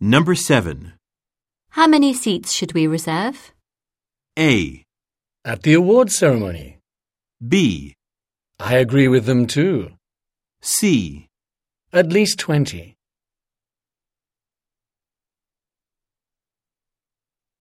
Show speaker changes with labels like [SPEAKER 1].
[SPEAKER 1] Number 7.
[SPEAKER 2] How many seats should we reserve?
[SPEAKER 1] A.
[SPEAKER 3] At the award ceremony.
[SPEAKER 1] B.
[SPEAKER 3] I agree with them too.
[SPEAKER 1] C.
[SPEAKER 3] At least 20.